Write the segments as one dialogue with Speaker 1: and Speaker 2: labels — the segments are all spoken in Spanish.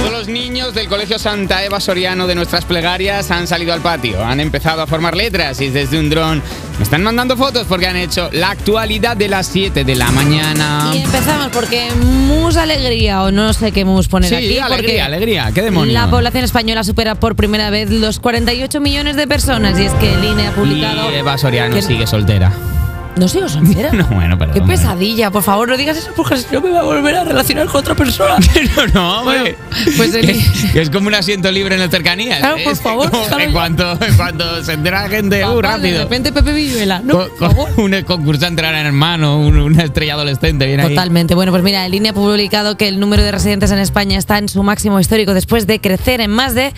Speaker 1: Todos los niños del Colegio Santa Eva Soriano de nuestras plegarias han salido al patio, han empezado a formar letras y desde un dron me están mandando fotos porque han hecho la actualidad de las 7 de la mañana.
Speaker 2: Y empezamos porque mus alegría o no sé qué mus poner
Speaker 1: Sí,
Speaker 2: aquí. porque
Speaker 1: alegría, alegría, qué demonios.
Speaker 2: La población española supera por primera vez los 48 millones de personas y es que el INE ha
Speaker 1: Y
Speaker 2: publicado...
Speaker 1: Eva Soriano
Speaker 2: que-
Speaker 1: sigue soltera.
Speaker 2: No sigo soltera.
Speaker 1: No, bueno, perdón.
Speaker 2: Qué
Speaker 1: bueno.
Speaker 2: pesadilla, por favor, no digas eso porque si no me va a volver a relacionar con otra persona.
Speaker 1: Pero no, hombre.
Speaker 2: pues el-
Speaker 1: Que es como un asiento libre en las cercanías.
Speaker 2: Claro, por
Speaker 1: Es que
Speaker 2: favor,
Speaker 1: como
Speaker 2: déjalo
Speaker 1: En
Speaker 2: ya.
Speaker 1: cuanto, en cuanto se entera la gente, uh,
Speaker 2: Papá, De
Speaker 1: rápido.
Speaker 2: repente Pepe Villuela. No,
Speaker 1: Co- co- un concursante gran hermano, un- una estrella adolescente viene ahí.
Speaker 2: Totalmente. Bueno, pues mira, el INE ha publicado que el número de residentes en España está en su máximo histórico después de crecer en más de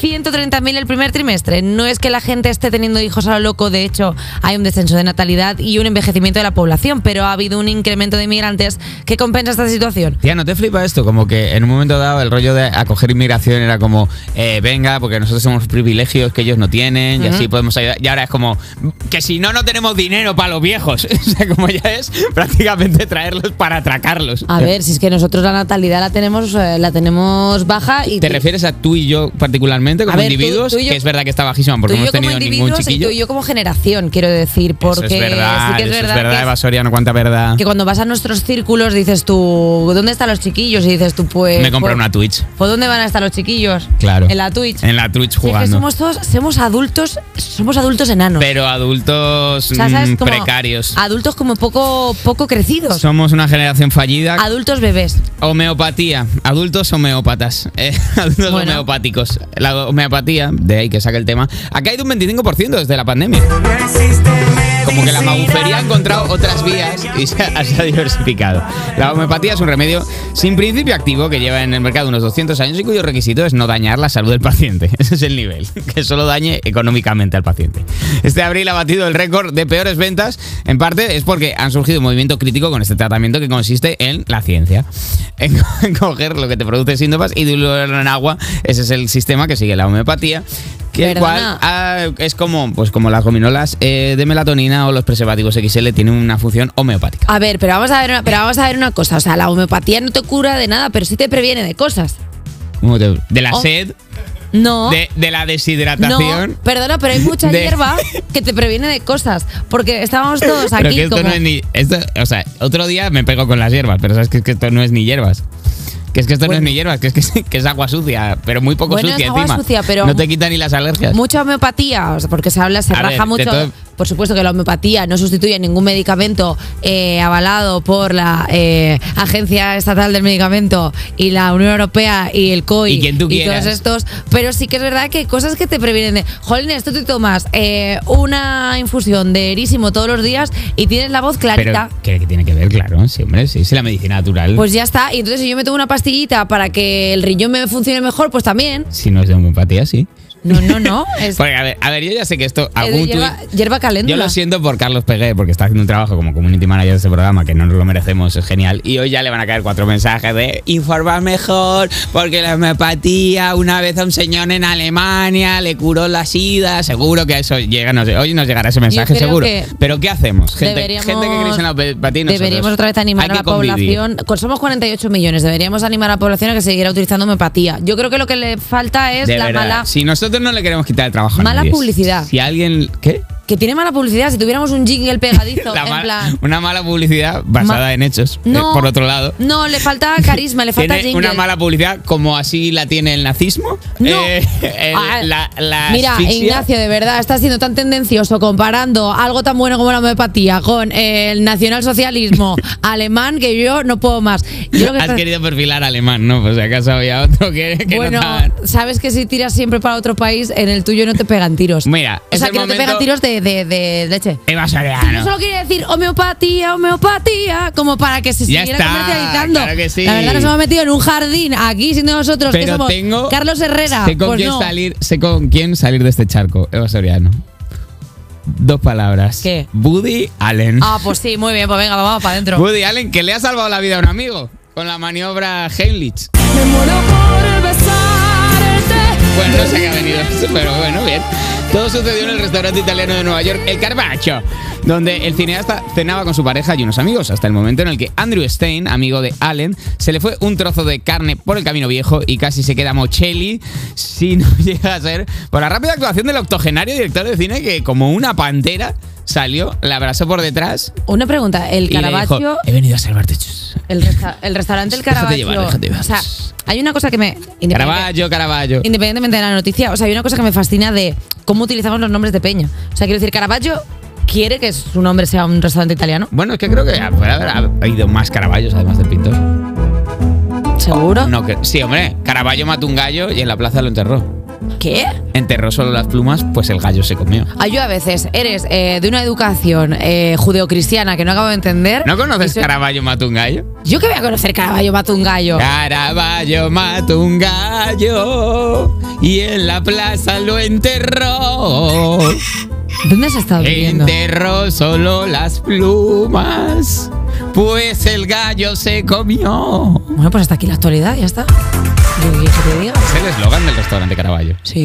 Speaker 2: 130.000 el primer trimestre. No es que la gente esté teniendo hijos a lo loco, de hecho, hay un descenso de natalidad y un envejecimiento de la población, pero ha habido un incremento de inmigrantes que compensa esta situación.
Speaker 1: Tía, ¿no te flipa esto? Como que en un momento dado el rollo de acoger inmigración era como, eh, venga, porque nosotros somos privilegios que ellos no tienen y así podemos ayudar. Y ahora es como, que si no, no tenemos dinero para los viejos. o sea, como ya es prácticamente traerlos para atracarlos.
Speaker 2: A ver, si es que nosotros la natalidad la tenemos, eh, la tenemos baja y
Speaker 1: ¿Te refieres a tú y yo particularmente como
Speaker 2: A ver, tú-
Speaker 1: individuos?
Speaker 2: tú y yo-
Speaker 1: que es verdad que está bajísimo
Speaker 2: tú
Speaker 1: porque
Speaker 2: y
Speaker 1: no hemos
Speaker 2: yo como
Speaker 1: tenido ningún
Speaker 2: individuos y
Speaker 1: chiquillo.
Speaker 2: tú y yo como generación, quiero decir, porque
Speaker 1: eso es verdad,
Speaker 2: sí que es
Speaker 1: eso
Speaker 2: verdad,
Speaker 1: es verdad
Speaker 2: que es-
Speaker 1: Eva Soriano, cuánta verdad.
Speaker 2: que cuando vas a nuestros círculos dices tú, ¿dónde están los chiquillos? Y dices tú, pues.
Speaker 1: Me compré
Speaker 2: pues-
Speaker 1: una Twitch.
Speaker 2: ¿Por dónde van a estar los chiquillos?
Speaker 1: Claro.
Speaker 2: En la Twitch.
Speaker 1: En la Twitch
Speaker 2: Si es que
Speaker 1: jugando.
Speaker 2: somos todos, somos adultos, somos adultos enanos.
Speaker 1: Pero adultos
Speaker 2: O sea, ¿sabes?
Speaker 1: mm,
Speaker 2: Como
Speaker 1: precarios.
Speaker 2: Adultos como poco, poco crecidos.
Speaker 1: Somos una generación fallida.
Speaker 2: adultos bebés.
Speaker 1: Homeopatía, adultos homeópatas, eh, adultos
Speaker 2: Bueno.
Speaker 1: homeopáticos. La homeopatía, de ahí que saca el tema, ha caído un 25% desde la pandemia. Como que la magufería ha encontrado otras vías y se ha, se ha diversificado. La homeopatía es un remedio sin principio activo que lleva en el mercado unos 200 años y cuyo requisito es no dañar la salud del paciente. Ese es el nivel, que solo dañe económicamente al paciente. Este abril ha batido el récord de peores ventas, en parte es porque han surgido un movimiento crítico con este tratamiento que consiste en la ciencia. En, co- en coger lo que te produce síntomas y diluirlo en agua. Ese es el sistema que sigue la homeopatía. Que el cual
Speaker 2: Perdona.
Speaker 1: Ah, es como, pues como las gominolas eh, de melatonina o los preservativos XL tienen una función homeopática.
Speaker 2: A ver, pero vamos a ver, una, pero vamos a ver una cosa. O sea, la homeopatía no te cura de nada, pero sí te previene de cosas.
Speaker 1: Como te- De la
Speaker 2: Oh.
Speaker 1: sed,
Speaker 2: No.
Speaker 1: de, de la
Speaker 2: No,
Speaker 1: deshidratación.
Speaker 2: perdona, pero hay mucha
Speaker 1: De-
Speaker 2: hierba que te previene de cosas. Porque estábamos todos
Speaker 1: Pero
Speaker 2: aquí
Speaker 1: que esto
Speaker 2: como.
Speaker 1: no es ni. Esto, o sea, otro día me pego con las hierbas, pero sabes que, es que esto no es ni hierbas. Que es que esto
Speaker 2: Bueno.
Speaker 1: no es ni hierbas, que es, que, es- que es agua sucia, pero muy poco
Speaker 2: Bueno, es
Speaker 1: sucia
Speaker 2: agua
Speaker 1: encima.
Speaker 2: sucia, pero-
Speaker 1: no te quita ni las alergias.
Speaker 2: Mucha homeopatía, o sea, porque se habla, se
Speaker 1: A ver,
Speaker 2: raja
Speaker 1: de
Speaker 2: mucho.
Speaker 1: todo-
Speaker 2: Por supuesto que la homeopatía no sustituye ningún medicamento eh, avalado por la eh, Agencia Estatal del Medicamento y la Unión Europea y el COI
Speaker 1: Y quien tú quieras.
Speaker 2: todos estos. Pero sí que es verdad que hay cosas que te previenen de, jolín, esto te tomas eh, una infusión de erísimo todos los días y tienes la voz clarita.
Speaker 1: pero ¿eh? que, que tiene que ver, claro, sí, hombre, sí, sí, la medicina natural.
Speaker 2: pues ya está, y entonces si yo me tomo una pastillita para que el riñón me funcione mejor, pues también.
Speaker 1: si no es de homeopatía, sí.
Speaker 2: No, no, no. Es, Eh,
Speaker 1: Porque, a ver, a ver, yo ya sé que esto.
Speaker 2: es
Speaker 1: Pues, Algún
Speaker 2: hierba,
Speaker 1: tuit-
Speaker 2: hierba caléndula.
Speaker 1: Yo lo siento por Carlos Pegué, porque está haciendo un trabajo como community manager de este programa, que no nos lo merecemos, es genial. Y hoy ya le van a caer cuatro mensajes de informar mejor, porque la homeopatía, una vez a un señor en Alemania le curó la sida, seguro que eso llega, no sé, hoy nos llegará ese mensaje,
Speaker 2: creo
Speaker 1: seguro.
Speaker 2: que
Speaker 1: Pero ¿qué hacemos? Gente,
Speaker 2: Deberíamos-
Speaker 1: gente que cree en la homeopatía, nosotros.
Speaker 2: Deberíamos otra vez animar
Speaker 1: Hay
Speaker 2: a
Speaker 1: que
Speaker 2: la
Speaker 1: convivir.
Speaker 2: población. con- Somos 48 millones. Deberíamos animar a la población a que siguiera utilizando homeopatía. Yo creo que lo que le falta es
Speaker 1: De
Speaker 2: la
Speaker 1: verdad,
Speaker 2: mala.
Speaker 1: Si nosotros no le queremos quitar el trabajo a
Speaker 2: Mala
Speaker 1: nadie,
Speaker 2: publicidad.
Speaker 1: Si alguien. ¿Qué?
Speaker 2: Que tiene mala publicidad. Si tuviéramos un jingle pegadizo,
Speaker 1: La
Speaker 2: en
Speaker 1: ma-
Speaker 2: plan.
Speaker 1: Una mala publicidad basada
Speaker 2: Ma-
Speaker 1: en hechos, eh,
Speaker 2: No,
Speaker 1: por otro lado.
Speaker 2: No, le falta carisma, le falta
Speaker 1: tiene
Speaker 2: jingle.
Speaker 1: una mala publicidad como así la tiene el nazismo.
Speaker 2: No.
Speaker 1: Eh, el-
Speaker 2: Ah,
Speaker 1: la, la
Speaker 2: Mira,
Speaker 1: asfixia.
Speaker 2: Ignacio, de verdad, estás siendo tan tendencioso comparando algo tan bueno como la homeopatía con el nacionalsocialismo alemán que yo no puedo más. Yo lo que
Speaker 1: Has
Speaker 2: estás-
Speaker 1: querido perfilar alemán, ¿no? Pues si acaso había otro que, que no
Speaker 2: bueno,
Speaker 1: tan-
Speaker 2: sabes que si tiras siempre para otro país, en el tuyo no te pegan tiros.
Speaker 1: Mira,
Speaker 2: O
Speaker 1: es
Speaker 2: sea,
Speaker 1: el
Speaker 2: que no te pegan
Speaker 1: momento- Ah,
Speaker 2: tiros de, de- de leche.
Speaker 1: Eva
Speaker 2: Yo
Speaker 1: Soriano.
Speaker 2: solo quería decir homeopatía, homeopatía, como para que se
Speaker 1: Ya
Speaker 2: siguiera
Speaker 1: está,
Speaker 2: comercializando.
Speaker 1: claro que sí.
Speaker 2: La verdad nos hemos metido en un jardín aquí siendo nosotros que
Speaker 1: Pero
Speaker 2: somos
Speaker 1: tengo.
Speaker 2: Carlos Herrera.
Speaker 1: Sé con,
Speaker 2: pues
Speaker 1: quién
Speaker 2: no.
Speaker 1: salir, sé con quién salir de este charco, Eva Soriano. Dos palabras.
Speaker 2: ¿Qué?
Speaker 1: Woody Allen.
Speaker 2: Ah, pues sí, muy bien, pues venga, vamos para adentro.
Speaker 1: Woody Allen, que le ha salvado la vida a un amigo con la maniobra Heimlich.
Speaker 3: Me muero por besarte
Speaker 1: Bueno, no sé a qué ha venido eso, pero bueno, bien. Todo sucedió en el restaurante italiano de Nueva York, El Carpaccio, donde el cineasta cenaba con su pareja y unos amigos, hasta el momento en el que Andrew Stein, amigo de Allen, se le fue un trozo de carne por el camino viejo y casi se queda Mocelli si no llega a ser por la rápida actuación del octogenario director de cine que, como una pantera, salió, la abrazó por detrás
Speaker 2: Una pregunta, el
Speaker 1: y le dijo,
Speaker 2: Caravaggio,
Speaker 1: he venido a salvarte. chus".
Speaker 2: el, resta- el restaurante El
Speaker 1: Déjate
Speaker 2: Caravaggio,
Speaker 1: llevar, déjate llevar.
Speaker 2: o sea, hay una cosa que me independiente-
Speaker 1: Caravaggio, Caravaggio.
Speaker 2: independientemente de la noticia, o sea, hay una cosa que me fascina de cómo utilizamos los nombres de Peña. O sea, quiero decir, Caravaggio quiere que su nombre sea un restaurante italiano,
Speaker 1: Bueno, es que creo que ah, puede haber habido más Caraballos además del pintor.
Speaker 2: seguro.
Speaker 1: No, que, sí, hombre, Caraballo mató un gallo y en la plaza lo enterró.
Speaker 2: ¿Qué?
Speaker 1: Enterró solo las plumas, pues el gallo se comió.
Speaker 2: Ah, yo a veces eres eh, de una educación eh, judeocristiana que no acabo de entender.
Speaker 1: ¿No conoces
Speaker 2: Y soy-
Speaker 1: Caraballo mató un gallo?
Speaker 2: Yo que voy a conocer Caravaggio mata un gallo.
Speaker 1: Caraballo mató un gallo y en la plaza lo enterró.
Speaker 2: ¿Dónde has estado viviendo?
Speaker 1: Enterró solo las plumas, pues el gallo se comió.
Speaker 2: Bueno, pues hasta aquí la actualidad, ya está. Yo qué quieres que te diga.
Speaker 1: Es el eslogan del restaurante Caraballo.
Speaker 2: Sí.